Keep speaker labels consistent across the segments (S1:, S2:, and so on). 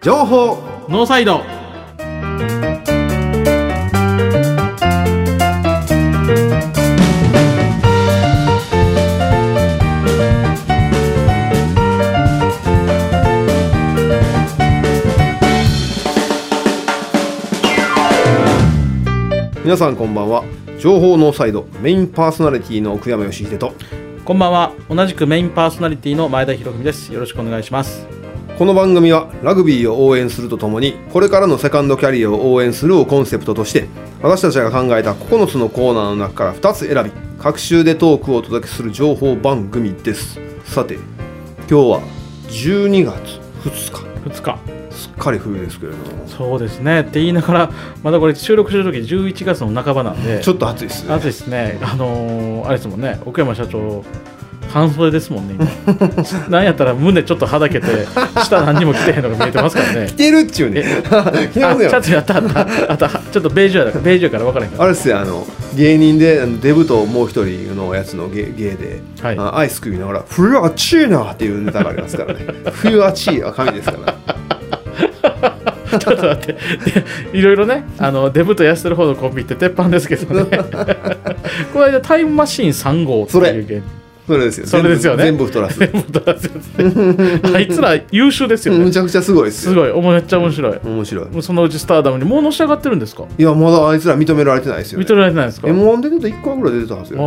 S1: 情報
S2: ノーサイド
S1: 皆さんこんばんは情報ノーサイドメインパーソナリティの奥山義秀と
S2: こんばんは同じくメインパーソナリティの前田博文ですよろしくお願いします
S1: この番組はラグビーを応援するとともにこれからのセカンドキャリアを応援するをコンセプトとして私たちが考えた9つのコーナーの中から2つ選び各週でトークをお届けする情報番組ですさて今日は12月2
S2: 2日
S1: 日すっかり冬ですけれども
S2: そうですねって言いながらまだこれ収録してる時11月の半ばなんで
S1: ちょっと暑いですね
S2: あとですねあのーあれですもんね奥山社長半袖ですもんね 今なんやったら胸ちょっとはだけて下何にも着てへんのが見えてますからね
S1: 着てるっちゅうね 着てま
S2: あ
S1: す
S2: ちょ
S1: よ
S2: っとやったあったあったちょっとベージュやだベージュやから分からへんか
S1: あれっすよあの芸人であのデブともう一人のやつの芸芸で、
S2: はい
S1: あアイス食いながら「冬は暑いな」っていうネタがありますから ね「冬は暑い」は神ですから
S2: らちょっと待ってでいろいろねあのデブと痩せてる方のコンビって鉄板ですけどねこの間タイムマシーン3号っていう芸人
S1: それですよ
S2: それですよね
S1: 全部全部太らす
S2: 全部出せてあいつら優秀ですよ
S1: む
S2: ね
S1: ちゃくちゃすごいです
S2: す
S1: よ
S2: ごいおもめっちゃ面白い
S1: 面白い
S2: もうそのうちスターダムにもうのし上がってるんですか
S1: いやまだあいつら認められてないですよ、
S2: 認
S1: ね、
S2: められてないですか
S1: m 1で出て1個ぐらい出てたんですよ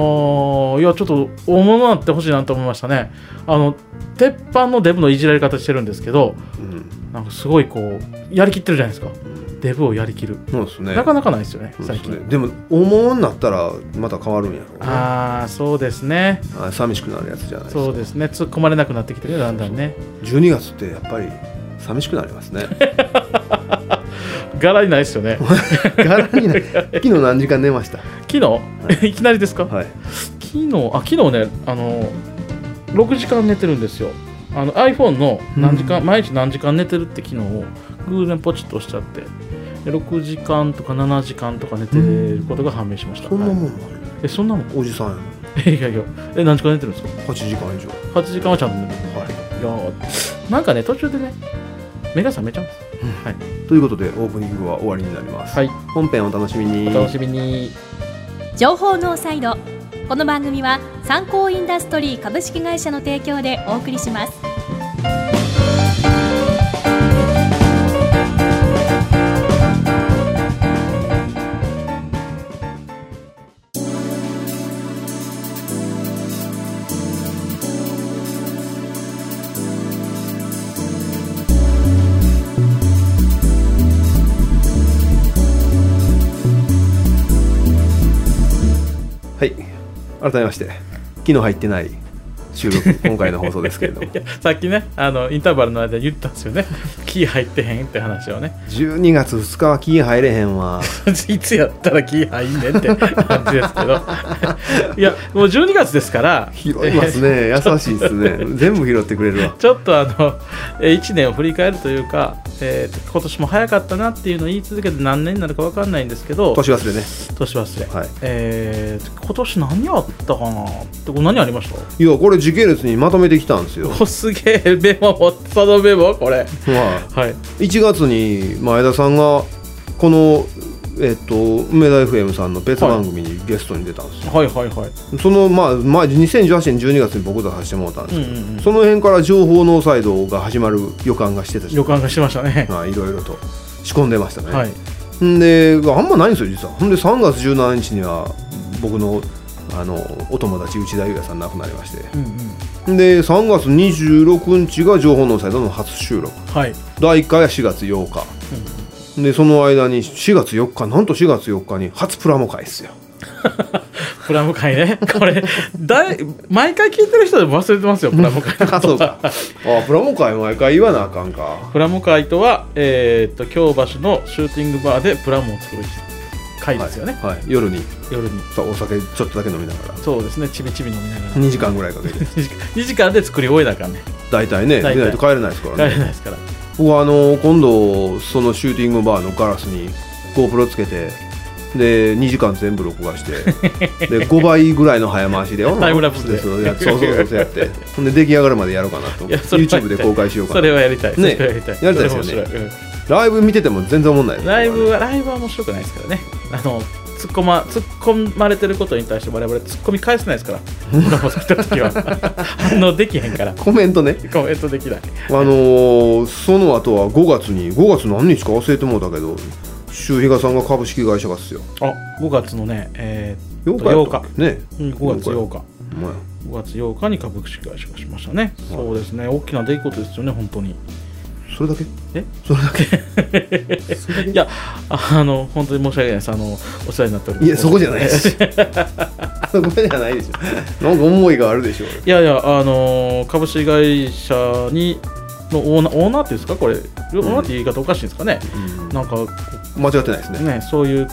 S2: ああいやちょっと大物になってほしいなと思いましたねあの鉄板のデブのいじられ方してるんですけど
S1: うん
S2: なんかすごいこうやりきってるじゃないですかデブをやりきる、
S1: そうですね
S2: なかなかないですよね
S1: そう
S2: 最
S1: です
S2: 近、
S1: ねでも思うになったらまた変わるんやろうね
S2: ああそうですね
S1: あ寂しくなるやつじゃないですか
S2: そうですね突っ込まれなくなってきてるねだんだんね
S1: 12月ってやっぱり寂しくなります ね
S2: 柄にないですよ ね
S1: 柄にな 昨日何時間寝ました
S2: 昨日、 い、きなりですか、
S1: はい
S2: 昨日あ昨日ねあの6時間寝てるんですよあの iPhone の何時間、毎日何時間寝てるって機能を Google にポチッと押しちゃってで6時間とか7時間とか寝てることが判明しました、
S1: そんなもん
S2: はい
S1: なの
S2: えそんな もん
S1: おじさんやの
S2: えいやいやえ何時間寝てるんですか
S1: 8時間以上
S2: 8時間はちゃんと寝てる
S1: はい
S2: やーなんかね途中でね目が覚めちゃうんです
S1: ということでオープニングは終わりになります、
S2: はい
S1: 本編お楽しみに
S2: お楽しみに
S3: 情報ノーサイドこの番組は参考インダストリー株式会社の提供でお送りします
S1: はい改めまして昨日入ってない収録 今回の放送ですけれども
S2: いやさっきねあのインターバルの間に言ったんですよ ねキー入ってへんって話をね
S1: 12月2日はキー入れへんわ
S2: いつやったらキー入んねんって感じですけど いやもう12月ですから
S1: 拾います ね優しいですね全部拾ってくれるわ
S2: ちょっとあのえー1年を振り返るというか、えー今年も早かったなっていうのを言い続けて何年になるか分かんないんですけど
S1: 年忘れね
S2: 年忘れ、
S1: はい
S2: えー今年何あったかなってこれ何ありました
S1: いやこれ時系列にまとめてきたんですよ
S2: おすげえメモもそのメモこれ
S1: まあ
S2: はい
S1: 1月に前田さんがこのえっと梅田 FM さんの別番組にゲストに出たんですよ、
S2: はいはいはい
S1: そのまあ前2018年12月に僕出させてもらったんですけど
S2: うんうんうん
S1: その辺から情報ノーサイドが始まる予感がしてたし
S2: 予感がしましたね
S1: まあいろいろと仕込んでましたね、
S2: はい
S1: んであんまないんですよ実はほんで3月17日には僕のあのお友達内田裕也さん亡くなりまして
S2: うんうん
S1: で3月26日が情報ノーサイドの初収録
S2: はい
S1: 第1回は4月8日、でその間に4月4日なんと4月4日に初プラモ会です よ
S2: プラモ会ね これだい毎回聞いてる人でも忘れてますよプラモ会の
S1: あ
S2: こと
S1: そうかあプラモ会毎回言わなあかんか
S2: プラモ会とは、えーっと京橋のシューティングバーでプラモを作る会ですよね、
S1: はい、はい夜に
S2: 夜に
S1: そうお酒ちょっとだけ飲みながら
S2: そうですねちびちび飲みながら
S1: 2時間ぐらいかけて
S2: 2時間2時間で作り終えなあかんね
S1: 大体ね
S2: 大体
S1: 出ないと帰れないですから
S2: 帰れ
S1: ね
S2: ないですから
S1: 僕はあの今度そのシューティングバーのガラスに GoPro つけてで2時間全部録画して で5倍ぐらいの早回しで
S2: タイムラプスで
S1: でそうやそうそうそうそうやって ほんで出来上がるまでやろうかなと
S2: いやそれはやりたい
S1: YouTube で公開しようか
S2: そ
S1: な
S2: れはやりたい。
S1: ね
S2: それはやりたい。
S1: やりたいですよね
S2: それ面白いうん
S1: ライブ見てても全然思んない
S2: ライブはライブは面白くないですからね。あの突っ込ま突っ込まれてることに対して我々突っ込み返せないですから。裏も来た時は反応できへんから。
S1: コメントね
S2: コメントできない。
S1: あのーその後は5月に5月何日か忘れてもうたけど周比嘉さんが株式会社がっすよ
S2: あ、5月のね、えー、
S1: 8日やったっけね
S2: うん5月8日。
S1: ほんまや
S2: 5月8日に株式会社がしましたね。
S1: はい
S2: そうですね。大きな出来事ですよね、本当に。
S1: それだけ
S2: え
S1: それだけ
S2: いや、あの、本当に申し訳ないです。あの、お世話になっております。
S1: い やそこじゃないしそこじゃないでしょなんか思いがあるでしょ
S2: いやいや、あのー株式会社にのオーナーオーナーっていうんですか、これ、オーナーって言い方おかしいんですかね、
S1: う
S2: なんか
S1: ん間違ってないですね
S2: ね、そういう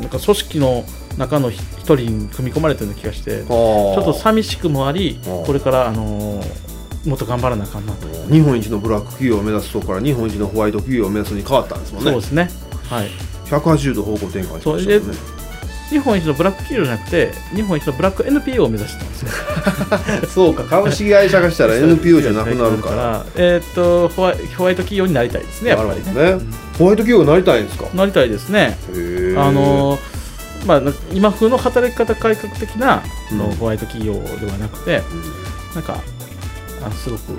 S2: なんか組織の中のひ一人に組み込まれてるような気がして、ち
S1: ち
S2: ょ
S1: ょ
S2: っと寂しくもあり、
S1: あー
S2: これから、あのーもっと頑張らなあかんなと、
S1: 日本一のブラック企業を目指すとこから日本一のホワイト企業を目指すに変わったんですもん
S2: そう
S1: ね
S2: ですね、はい、
S1: 180度方向転換しましたもん
S2: それ
S1: ね
S2: で日本一のブラック企業じゃなくて、日本一のブラック NPO を目指してたんですよ。
S1: そうか株式会社がしたら NPO じ ゃなくな るから
S2: ら、えーっとホワイホワイト企業になりたいですね、やっぱりね。
S1: なるほどねホワイト企業になりたいんですか
S2: なりたいですね。あのーまあ、な今風の働き方改革的な、
S1: うん
S2: のホワイト企業ではなくてなんかあのすごく、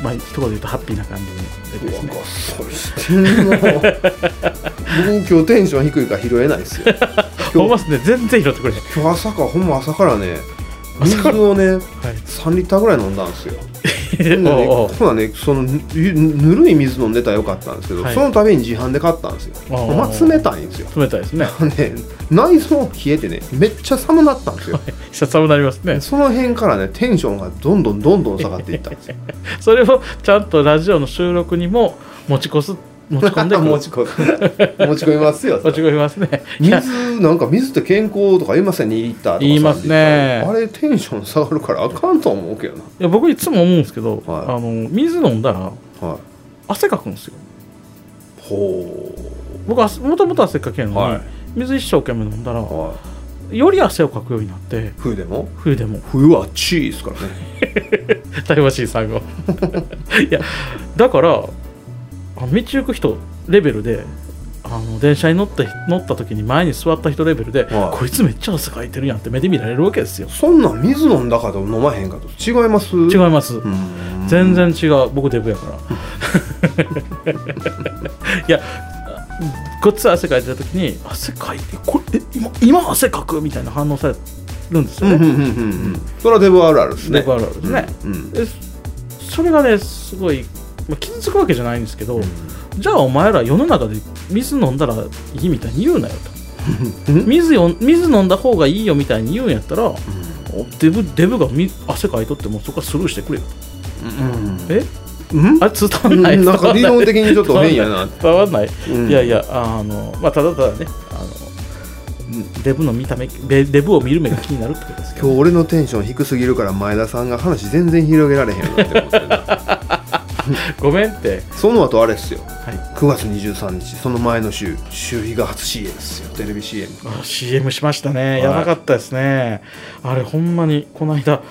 S2: まあ、一言で言うとハッピーな感じでです
S1: なん
S2: ね
S1: かそれしてんの僕今日テンション低いから拾えない ですよ
S2: 思い
S1: 今
S2: ま
S1: 日
S2: すね全然拾ってくれへん、
S1: 今日朝からほんま朝からね水をね
S2: は
S1: 3リッターぐらい飲んだんですよ
S2: い、
S1: ほんでね
S2: おうおう
S1: ほなねそのぬぬるい水飲んでたらよかったんですけど、
S2: はい
S1: そのために自販で買ったんですよ
S2: あー
S1: まあ冷たいんですよ
S2: 冷たいですね
S1: ね内臓冷えてねめっちゃ寒なったんですよ
S2: 下寒なりますね
S1: その辺からねテンションがどんどんどんどん下がっていったんですよ
S2: それをちゃんとラジオの収録にも持ちこす 持ち込んでくる
S1: 持ち込む持ち込みますよ
S2: 持ち込みます ねいや
S1: 水なんか水って健康とか言いません2リッターとか
S2: 言います
S1: 3リッ
S2: ね
S1: ターあれテンション下がるからあかんと思うけど
S2: いや僕いつも思うんですけど、
S1: はい
S2: あの水飲んだら
S1: なはい
S2: 汗かくんですよ
S1: ほ
S2: 僕はもともと汗かけるのに、
S1: はい
S2: 水一生懸命飲んだら
S1: う、はい、
S2: より汗をかくようになって
S1: 冬でも
S2: 冬でも
S1: 冬はチーですからね
S2: 台湾新産後 いやだからあ道行く人レベルであの電車に乗った乗った時に前に座った人レベルで、
S1: はい
S2: こいつめっちゃ汗かいてるやんって目で見られるわけですよ
S1: そんなん水飲んだかと飲まへんかと違います違
S2: 違います、
S1: うん
S2: 全然違う僕デブやから いやごっつい汗かいてた時に汗かいてこれえ今今汗かくみたいな反応されるんです
S1: う
S2: よ
S1: ん
S2: ね、
S1: うんうんうんうんそれはデブあるあるですね
S2: デブあるあるですね
S1: うんうん
S2: でそれがねすごい、まあ、傷つくわけじゃないんですけど、じゃあお前ら世の中で水飲んだらいいみたいに言うなよ と
S1: うん
S2: 水よ水飲んだ方がいいよみたいに言うんやったらおデブデブがみ汗かいとってもそこはスルーしてくれよと
S1: うん
S2: え
S1: うん
S2: あれ伝わんない
S1: なんか理論的にちょっと変や
S2: な
S1: な。
S2: 伝わんない、
S1: うん
S2: いやいやあの、まあ、ただただねあのデブの見た目デデブを見る目が気になるってことですけど
S1: 今日俺のテンション低すぎるから前田さんが話全然広げられへんようになってますよ ね
S2: ごめんって、
S1: その後あれっすよ
S2: はい、
S1: 9月23日その前の週周囲が初 CM ですよテレビ CM
S2: あ CM しましたね、やばかったですねあれほんまにこの間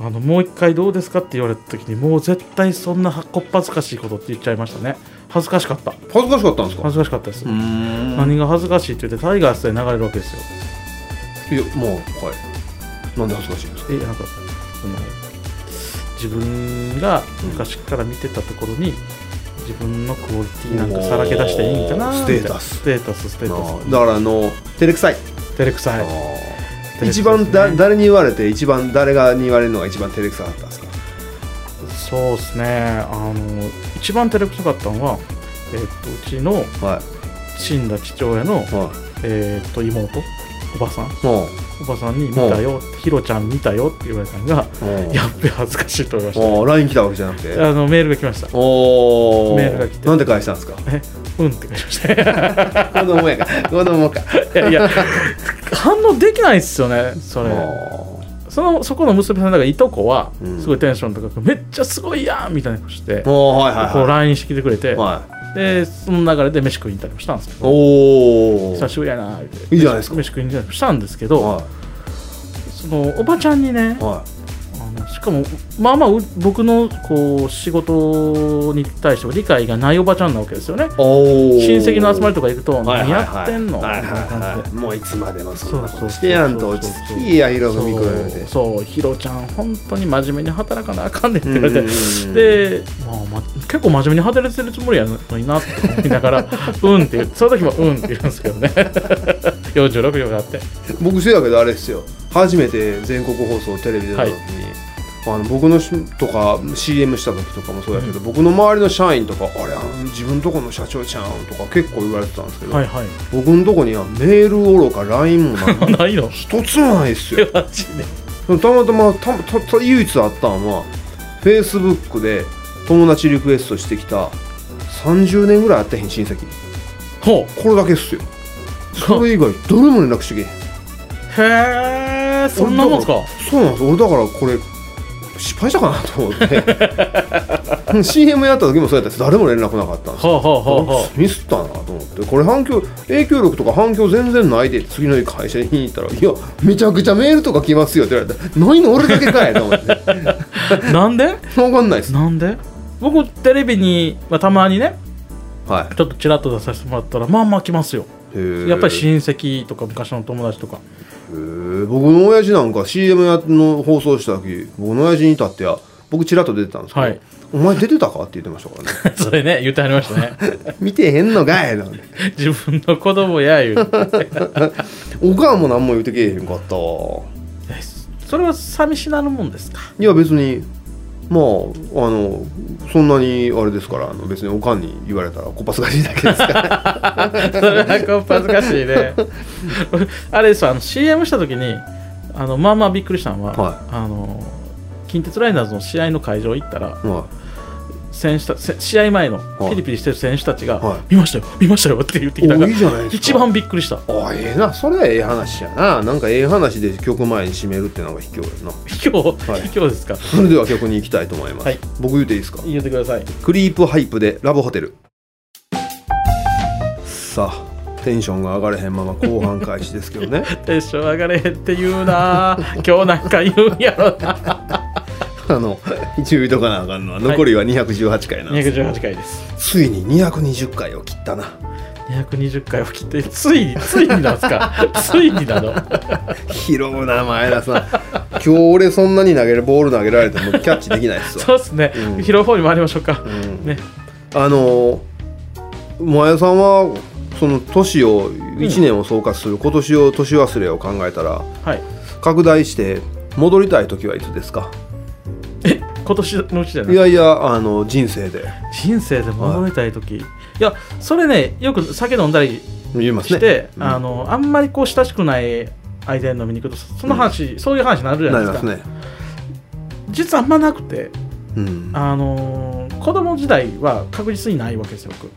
S2: あのもう一回どうですかって言われた時にもう絶対そんなこっぱずかしいことって言っちゃいましたね恥ずかしかった
S1: 恥ずかしかったんですか
S2: 恥ずかしかったです、
S1: うーん
S2: 何が恥ずかしいって言ってタイガースで流れるわけですよ
S1: いやもうはいなんで恥ずかしいんですか
S2: えなんかその自分が昔から見てたところに自分のクオリティなんかさらけ出していいんかな
S1: おー
S2: みたいな
S1: ステータス
S2: ステータスステ
S1: な
S2: ー
S1: あ
S2: タ
S1: だからあの照れくさい、
S2: ス照れくさい
S1: あ
S2: 照
S1: ー
S2: れくさい
S1: 一番
S2: です
S1: だ
S2: ね
S1: 誰に言われて一番誰がに言われるのが一番照れくさかったんですか
S2: そうですねあの一番照れくさかったのは、えーっとうちの
S1: はい
S2: 死んだ父親の、
S1: はい
S2: えーっと妹おばさん
S1: も
S2: おばさんに「見たよ」ひろちゃん見たよ」って言われたのが
S1: うもう
S2: やっべ恥ずかしいと思いまし
S1: もう LINE 来たわけじゃなくて
S2: たあのメールが来ました
S1: おお
S2: メールが来て
S1: なんで返したんですか
S2: えうんって返しました
S1: 子供やから子供か
S2: いや いや反応できないですよねそれ
S1: も
S2: そのそこの娘さんだからいとこは
S1: うん
S2: すごいテンション高く、めっちゃすごいやんみたいなことして
S1: うもうはい
S2: こう
S1: は
S2: LINE してきてくれて、
S1: いはいは
S2: でその流れで飯食いに行ったりもしたんですけど
S1: おお
S2: 久しぶりやなーって
S1: いいじゃないですか
S2: 飯食いに行ったりもしたんですけど
S1: は
S2: そのおばちゃんにね
S1: いは
S2: あのしかもまあまあう僕のこう仕事に対しては理解がないおばちゃんなわけですよね
S1: いおお
S2: 親戚の集まり
S1: と
S2: とか行くと「
S1: はい
S2: 何
S1: はいはい
S2: やってんの?」み
S1: は
S2: た
S1: い
S2: い
S1: は
S2: ない感
S1: は
S2: じ
S1: い
S2: で。
S1: もういつまでもそん
S2: そう
S1: な
S2: そう
S1: こ
S2: そう
S1: としてやんと落ち着きやひろふみくんって
S2: そうそうひろちゃん本当に真面目に働かなあかんねんって言われて、
S1: うんうんうん
S2: で、まあまあ、結構真面目に働いてるつもりやのになって思いなが ら「うん」って言うその時も「うん」って言うんですけどね 46秒があって
S1: 僕してたけどあれですよ初めて全国放送テレビ出た時に、あの僕のしとか CM した時とかもそうやけど、僕の周りの社員とかあれあの自分とこの社長ちゃんとか結構言われてたんですけど、
S2: はいは
S1: 僕のとこにはメールおろか LINE も ない
S2: い ないの
S1: 一つもないっすよ
S2: マジで
S1: たまたまたたた唯一あったのは Facebook で友達リクエストしてきた30年ぐらい会ってへん親戚
S2: ほう
S1: これだけっすよそれ以外どれも連絡してけへん
S2: へえ そんなもんすか
S1: そうなんです俺だからこれ失敗したかなと思って CM やった時もそうやったんです誰も連絡なかったんです
S2: はあはあはあは
S1: ミスったなと思ってこれ反響影響力とか反響全然ないで次の日会社に行ったら「いやめちゃくちゃメールとか来ますよ」って言われたら「ないの俺だけかい」と思って
S2: あなんで
S1: 分かんないです
S2: なんで僕テレビに、まあ、たまにね
S1: は
S2: ちょっとちらっと出させてもらったらまあまあ来ますよ
S1: いへー
S2: やっぱり親戚とか昔の友達とか
S1: へー僕の親父なんか CM やの放送した時僕の親父に至っては僕ちらっと出てたんですけど、
S2: はい
S1: お前出てたか?」って言ってましたからね
S2: それね言ってはりましたね
S1: 見てへんのかいなんて
S2: 自分の子供や言うて
S1: おかんも何も言うてけえへんかったわ
S2: えそれは寂しなるもんですか
S1: いや別にまああのそんなにあれですからあの別におかんに言われたらこっぱずかしいだけです から
S2: それはこう恥ずかしいね あれですあの CM した時にあのまあまあびっくりしたのは、
S1: は
S2: あの近鉄ライナーズの試合の会場行ったら
S1: は
S2: 選手たせ試合前の
S1: い
S2: ピリピリしてる選手たちが、
S1: はい
S2: 見ましたよ見ましたよって言って
S1: い、
S2: きたか
S1: お
S2: ら
S1: いいじゃないですか
S2: 一番びっくりした
S1: あええなそれはええ話やななんかええ話で曲前に締めるってなんか卑怯やな
S2: 卑怯、
S1: はい
S2: 卑怯ですか
S1: それでは曲に行きたいと思います、
S2: はい
S1: 僕言うていいですか
S2: 言ってください
S1: クリープハイプでラブホテルさあテンションが上がれへんまま後半開始ですけど ね
S2: テンション上がれへんって言うなぁ今日なんか言うんやろ な
S1: あの一応言うとかなあかんのは残りは218回なんですけど、
S2: 218回です
S1: ついに220回を切った な
S2: 220回を切ってついについになんす かついになの
S1: 拾うな前田さん 今日俺そんなに投げるボール投げられてもキャッチできないっすわ、
S2: そうっすね、
S1: うん
S2: 拾う方に回りましょうか、
S1: うん
S2: ね
S1: あのー前田さんはその年を1年を総括する、今年を年忘れを考えたら
S2: はい
S1: 拡大して戻りたい時はいつですか
S2: え今年のうちじゃない
S1: いやいやあの人生で
S2: 人生で戻りたい時、い、やそれねよく酒飲んだり
S1: 言います
S2: し
S1: ね
S2: て、
S1: うん
S2: あのあんまりこう親しくない相手に飲みに行くとその話、そういう話になるじゃな
S1: ないり
S2: です
S1: ま
S2: か
S1: すね、
S2: 実はあんまなくて
S1: うん、
S2: あのー子供時代は確実にないわけですよ僕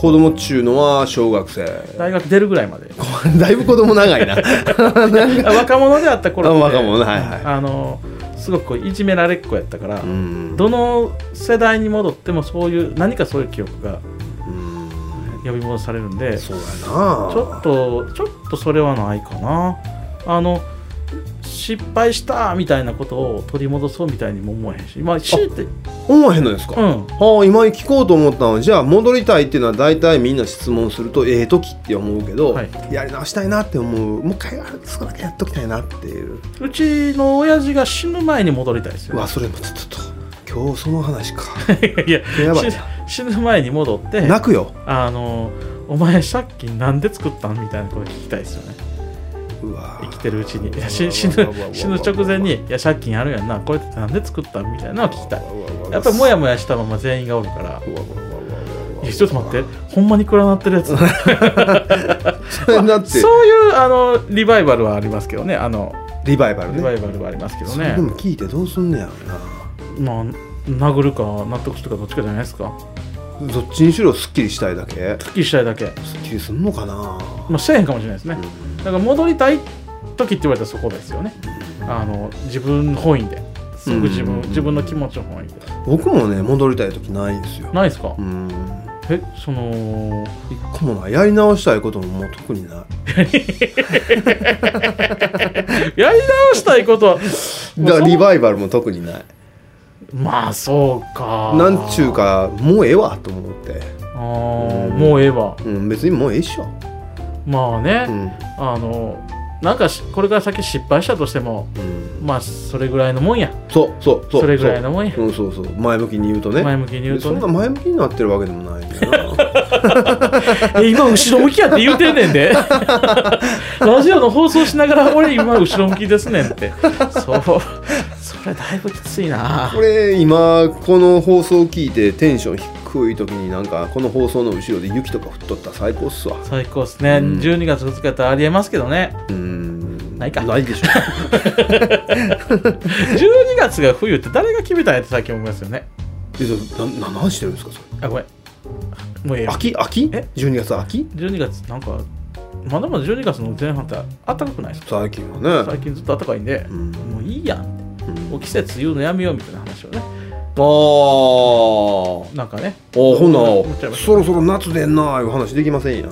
S1: 子供っちゅうのは小学生
S2: 大学出るぐらいまで
S1: だいぶ子供長 いな
S2: 若者であった頃って
S1: あ若者はいはい
S2: あのすごくこういじめられっ子やったから、
S1: うん
S2: どの世代に戻ってもそういう何かそういう記憶が
S1: うん
S2: 呼び戻されるんでち
S1: そうやな
S2: ょっとちょっとそれはないかなあの失敗したみたいなことを取り戻そうみたいにも思えへんしまあ強いて
S1: 思わへんのですか、
S2: うん
S1: はあ今聞こうと思ったのはじゃあ戻りたいっていうのは大体みんな質問するとええ時って思うけど、
S2: はい
S1: やり直したいなって思うもう一回あれそれだけやっときたいなっていう
S2: うちの親父が死ぬ前に戻りたいです
S1: う
S2: よ
S1: わそれもちょっと今日その話 か
S2: いや
S1: やばい
S2: 死 死ぬ前に戻って
S1: 泣くよ
S2: あのお前借金なんで作ったんみたいなこと聞きたいですよね
S1: うわ
S2: 生きてるうちにいやし死ぬ死ぬ直前に「いや借金あるやんなこれってなんで作ったん?」みたいなのは聞きたいやっぱりもやもやしたまま全員がおるから
S1: うわうわうわうわうわ
S2: いやちょっと待ってほんまに暗なってる や
S1: そ
S2: つ
S1: れだって
S2: そういうあのリバイバルはありますけどねあの
S1: リバイバル
S2: リバイ
S1: ね
S2: バルはありますけど
S1: それ
S2: ね
S1: でも聞いてどうすんねやろ
S2: まあ殴るか納得するかどっちかじゃないですか
S1: などっちにしろすっきりしたいだけ
S2: すっきりしたいだけ
S1: すっきりすんのかな
S2: まあしてへんかもしれないですねだから戻りたい時って言われたらそこですよねあの自分本位ですごく自
S1: うん
S2: 分自分の気持ちを本位で
S1: 僕もね戻りたい時ないんですよ
S2: ないですか
S1: うん
S2: へへその
S1: 一個もないやり直したいことももう特にない
S2: やり直したいことは
S1: だからリバイバルも特にない
S2: まあそうか
S1: なんちゅうかもうええわと思って、
S2: あーもうええわ
S1: うん、別にもうええっしょ、
S2: まあね、
S1: うん
S2: あのなんかしこれから先失敗したとしても
S1: うん、
S2: まあそれぐらいのもんや
S1: そうそうそう
S2: それぐらいのもんや
S1: そう,、うん、そうそう前向きに言うとね
S2: 前向きに言うと、
S1: そんな
S2: ね、
S1: 前向きになってるわけでもないんだよな
S2: え今後ろ向きやって言うてんね んでラジオの放送しながら俺今後ろ向きですねんってそうそれだいぶきついな
S1: これ今この放送聞いてテンション低い時になんかこの放送の後ろで雪とか降っとったら最高っすわ
S2: 最高っすね、
S1: うん
S2: 12月2日やったらありえますけどね
S1: うん
S2: ないか
S1: ないで しょ
S2: 12月が冬って誰が決めたんやって最近思いますよね
S1: えそれなな何してるんですかそ
S2: あごめんもうええ
S1: れ
S2: よ
S1: 秋秋
S2: え
S1: ?12 月秋
S2: 12月なんかまだまだ12月の前半って暖かくないですか
S1: 最近はね
S2: 最近ずっと暖かいんで
S1: う、ん
S2: もういいやん
S1: うん
S2: お季節言うのやめようみたいな話をね
S1: あー
S2: なんかね
S1: あーほんな
S2: 思っちゃい
S1: ら
S2: ました
S1: そろそろ夏でんなーいう話できませ んやんう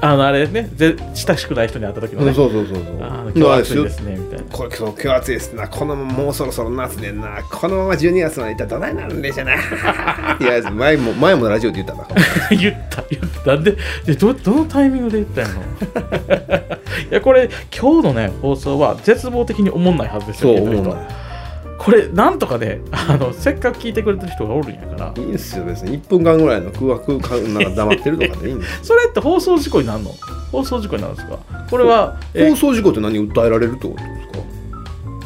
S2: あのあれねぜ親しくない人に会った時のね、
S1: んそうそうそうそう
S2: あの今日は暑い
S1: ない
S2: で
S1: です
S2: すねみたいな
S1: これそう今日暑いですなこのままもうそろそろ夏でんなこのまま12月までいったらどないなるんでしょうない や前も前もラジオで言ったな
S2: 言った言ったなんででどどのタイミングで言ったんやろ いやこれ今日のね放送は絶望的に思んないは ずですよ
S1: そう
S2: 聞
S1: 思
S2: いてる
S1: う
S2: 人
S1: ない
S2: これなんとかねあのせっかく聞いてくれてる人がおるんやから
S1: いいんですよ別に1分間ぐらいの空白間なんか黙ってるとかでいいんです
S2: それって放送事故になるの放送事故になるんですかこれは え
S1: 放送事故って何訴えられるってことですか、うん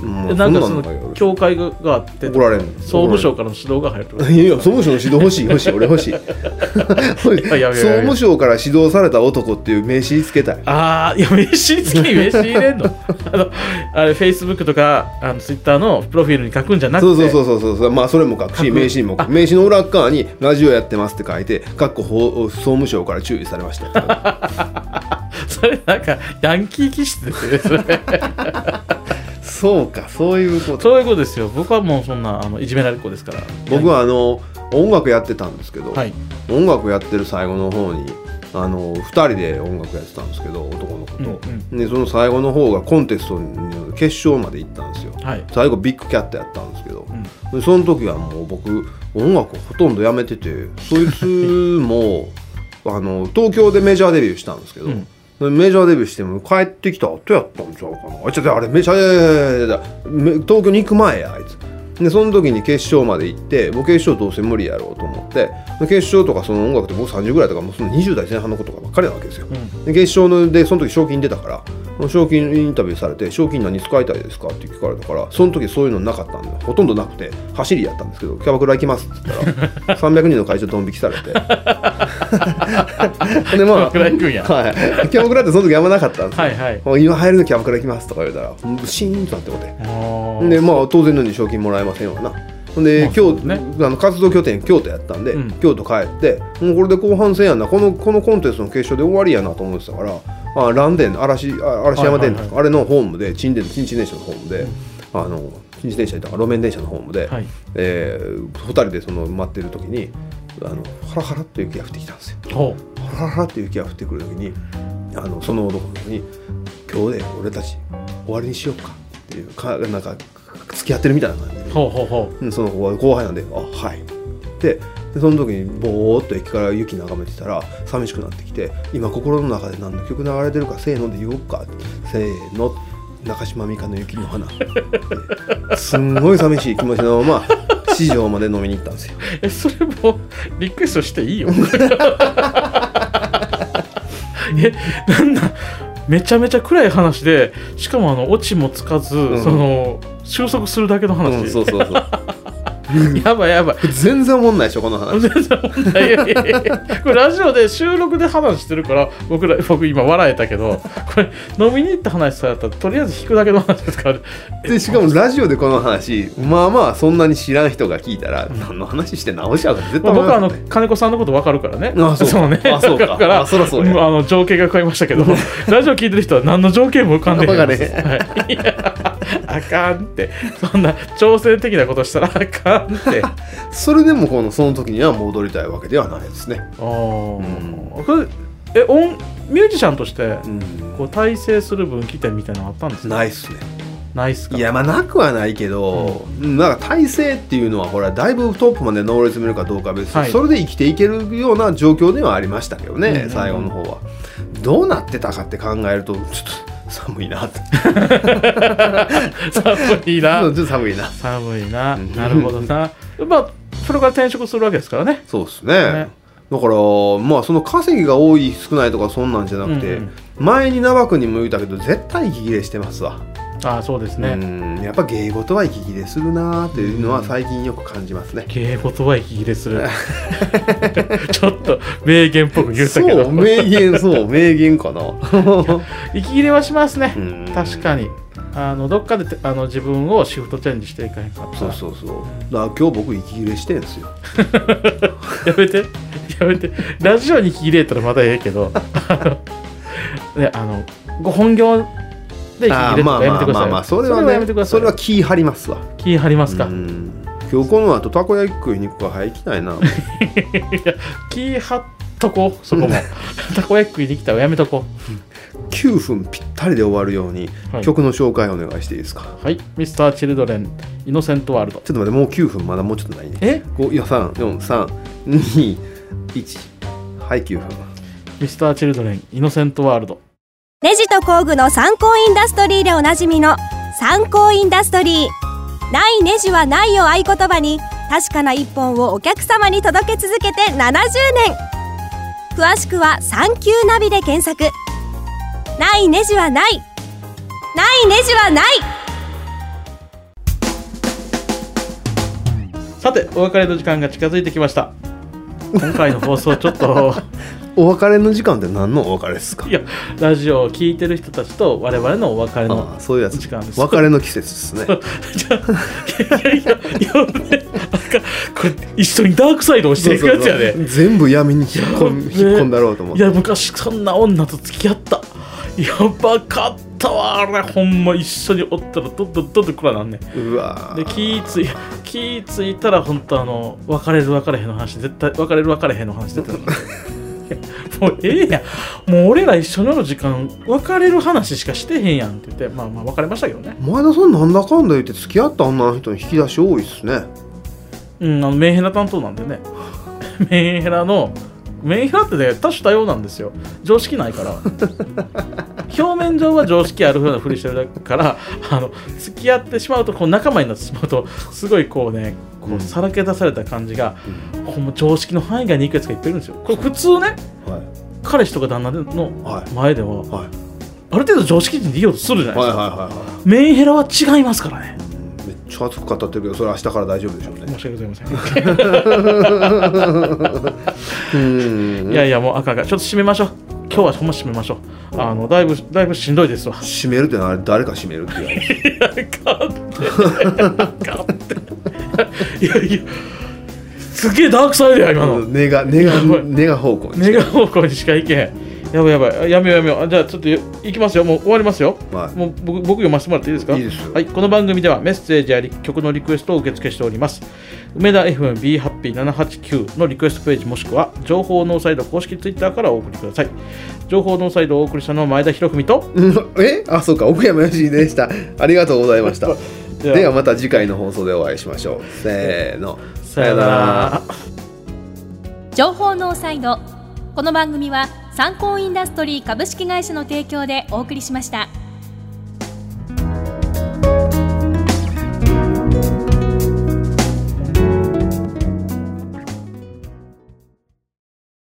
S2: なんかそ
S1: んなん
S2: の教会ががあって
S1: 怒られんの
S2: 総務省からの指導が入ると
S1: いやいや総務省の指導欲しい欲しい俺欲しい
S2: やいや
S1: 総務省から指導された男っていう名刺つけたい
S2: ああいや名刺付きに名刺入れ んのあのあれフェイスブックとかあのツイッターのプロフィールに書くんじゃなくて
S1: そうそうそうそうそうそうまあそれも書くし名刺にも書く名刺の裏っ側に「ラジオやってます」って書いて「かっこ法総務省から注意されました」とか
S2: それなんかヤンキー気質ですよね それ
S1: そうかそういうこと
S2: そういうことですよ僕はもうそんなあのいじめられっ子ですから
S1: 僕はあの音楽やってたんですけど、
S2: はい
S1: 音楽やってる最後の方にあの2人で音楽やってたんですけど男の子
S2: うん
S1: と、でその最後の方がコンテストに決勝まで行ったんですよ
S2: はい
S1: 最後ビッグキャットやったんですけど
S2: う、ん
S1: でその時はもう僕音楽ほとんどやめててそいつもあの東京でメジャーデビューしたんですけど、
S2: うん
S1: でメジャーデビューしても帰ってきた後やったんちゃうかなあいつあれメジャーいやいやいやいやめ東京に行く前やあいつでその時に決勝まで行って僕決勝どうせ無理やろうと思ってで決勝とかその音楽って僕30ぐらいとかもうその20代前半のことかばっかりなわけですよ、
S2: うん
S1: で決勝のでその時賞金出たから賞金インタビューされて「賞金何使いたいですか?」って聞かれたからその時そういうのなかったんでほとんどなくて走りやったんですけど「キャバクラ行きます」って言ったら300人の会場ドン引きされてでまあ
S2: キャバクラ行くんや
S1: はい、キャバクラってその時あんまなかったんですよ
S2: はいはい
S1: もう今入るのキャバクラ行きます」とか言うたらもうシーンとなってもて
S2: あー
S1: でまあ当然のように賞金もらえませんわなほんで、
S2: まあ
S1: 京
S2: そうね
S1: あの活動拠点京都やったんで、
S2: うん
S1: 京都帰ってもうこれで後半戦やなこのこのコンテストの決勝で終わりやなと思ってたから、あ、ランデン嵐あ嵐山電鉄、
S2: はいはい
S1: あれのホームで沈電新地電車のホームで、あの新地電車いたから路面電車のホームで、
S2: はい
S1: えー、2人でその待ってる時にあのハラハラっと雪が降ってきたんですよ。
S2: ほ
S1: ハラハラって雪が降ってくる時にあのその男の子に「今日で俺たち終わりにしようか」っていうかなんか付き合ってるみたいな感じで
S2: うほうほうほ
S1: うんその子は後輩なんで「あはい」ででその時にぼーっと駅から雪眺めてたら寂しくなってきて「今心の中で何の曲流れてるかせーの」で言おうかせーの中島美嘉の雪の花ですんごい寂しい気持ちのまま市場まで飲みに行ったんですよ
S2: うえそれもリクエストし ていいよえなんだめちゃめちゃ暗い話でしかもあのオチもつかず、
S1: ん
S2: その収束するだけの話、
S1: うんそうそうそう
S2: やばいやばい
S1: 全然おもんないでしょこの話
S2: 全然問題いやいやい やこれラジオで収録で話してるから僕ら僕今笑えたけどこれ飲みに行った話されたらとりあえず引くだけの話ですから、ね、
S1: でしかもラジオでこの話まあまあそんなに知らん人が聞いたら何の話して直しちゃうから絶
S2: ま
S1: 対
S2: あ僕はあ
S1: 思
S2: の
S1: いますよね
S2: 金子さんのこと分かるからね
S1: あそう
S2: のね
S1: あそうか
S2: だから
S1: あそらそうや
S2: うんあ の情景が変わりましたけどラジオ聞いてる人は何の情景も浮かんでへん
S1: わかれ
S2: はいいやあかんってそんな挑戦的なことしたらあかんっ てあ
S1: それでもこのその時には戻りたいわけではないですね、
S2: あ、これえ音ミュージシャンとして
S1: うん、
S2: こう体制する分岐点みたいなのあったんですか
S1: ないっすね
S2: ないっすか
S1: いやまあなくはないけど、うんなんか体制っていうのはほらだいぶトップまで上り詰めるかどうかは別に、
S2: はい
S1: それで生きていけるような状況ではありましたけどね、
S2: うんうんうん
S1: 最後の方はどうなってたかって考えるとちょっと寒いなとち
S2: 寒い
S1: ょ
S2: な
S1: っと寒いな
S2: 寒いな
S1: うん
S2: なるほど なまあそれから転職するわけですからね
S1: そうですね
S2: ね
S1: だからまあその稼ぎが多い少ないとかそんなんじゃなくて、
S2: うんうん
S1: 前に長くにも言ったけど絶対息切れしてますわ、
S2: ああそうです
S1: う
S2: ね
S1: んやっぱ芸事は息切れするなーっていうのは最近よく感じますね、
S2: 芸事は息切れする ちょっと名言っぽく言ったけど
S1: そう名言 そう名言かな
S2: 息切れはしますね
S1: うん
S2: 確かにあのどっかでてあの自分をシフトチェンジしていかへんかった
S1: そう
S2: ら
S1: そうそうだから今日僕息切れしてんですよ
S2: やめてやめてラジオに息切れたらまだええけどあのねあのご本業で息切れと
S1: あーまあ
S2: か
S1: ま
S2: やめて
S1: あ
S2: く
S1: ま
S2: ださ
S1: あ
S2: い
S1: まあそれはね
S2: やめてくださ
S1: そ
S2: い
S1: れは気張りますわ
S2: 気張りますか、
S1: うん今日この後たこ焼き食いに行くから早い行きたいな
S2: 気張っとこ うそ こもたこ焼き食いに来たらやめとこ
S1: 9分ぴったりで終わるように、
S2: う、はい、
S1: 曲の紹介お願いしていいですか
S2: はい、ミスターチルドレンイノセントワールド
S1: ちょっと待ってもう9分まだもうちょっとないね
S2: え
S1: 5いや3431はい9分
S2: ミスターチルドレンイノセントワールド
S4: ネジと工具の参考インダストリーでおなじみの参考インダストリーないネジはないを合言葉に確かな一本をお客様に届け続けて70年詳しくは「サンキューナビ」で検索ないネジはないないネジはない
S2: さてお別れの時間が近づいてきました今回の放送ちょっと
S1: お別れの時間って何のお別れですか
S2: いやラジオを聞いてる人たちと我々のお別れ
S1: あ
S2: の
S1: あそういうやつ
S2: 時間です
S1: 別れの季節です ね
S2: じゃあいやいやいや呼んでなんかこれ一緒にダークサイドをしていくやつやで、
S1: そうそうそう 全部闇に引っ込ん
S2: やべえ
S1: 引っ込んだろうと思っ
S2: い
S1: て
S2: や昔そんな女と付き合ったやばかったわあれほんま一緒におったらどんどんどんどんこらなんねん
S1: うわ
S2: で気ぃつい気ぃついたら本当あの別れる別れへんの話絶対別れる別れへんの話出てるもうええやんもう俺ら一緒の時間別れる話しかしてへんやんって言ってまあまあ別れましたけどね
S1: 前田さんなんだかんだ言って付き合った女の人の引き出し多いっすね
S2: うんあのメンヘラ担当なんでね メンヘラのメンヘラってね多種多様なんですよ常識ないから表面上は常識あるふうなふりしてるだけからあの付き合ってしまうとこう仲間になってしまうとすごいこうねこ
S1: うん
S2: うさらけ出された感じが、ほんま常識の範囲外にいくやつがいっぱいいるんですよこれ普通ね
S1: はい
S2: 彼氏とか旦那の
S1: はい
S2: 前では
S1: はい
S2: ある程度常識人でいいようとするじゃないで
S1: はいはい
S2: すか、
S1: は
S2: メンヘラは違いますからね
S1: いうんめっちゃ熱く語ってるけどそれ明日から大丈夫でしょう ね
S2: 申し訳ございませ
S1: う
S2: ん
S1: ん
S2: いやいやもう赤がちょっと締めましょう今日はほんま締めましょうあのだいぶだいぶしんどいですわ
S1: 締めるってのはあれ誰か締めるっていう
S2: いやいやすげえダークサイドや今の
S1: ネガネガ
S2: やばい
S1: ネガ方向に
S2: ネガ方向にしか行けへんやばいやばいあやめようやめようあじゃあちょっとよ行きますよもう終わりますよ
S1: はい
S2: もう僕僕読ませてもらっていいですか
S1: いいですよ
S2: はい、この番組ではメッセージやり曲のリクエストを受け付けしております梅田 FMBHappy789 のリクエストページもしくは情報ノーサイド公式ツイッターからお送りください情報ノーサイドをお送りしたのは前田博文と
S1: うん えあそうか奥山よしでしたありがとうございました
S2: では
S1: ではまた次回の放送でお会いしましょうせーの
S2: さよなら
S3: 情報ノーサイドこの番組は参考インダストリー株式会社の提供でお送りしました。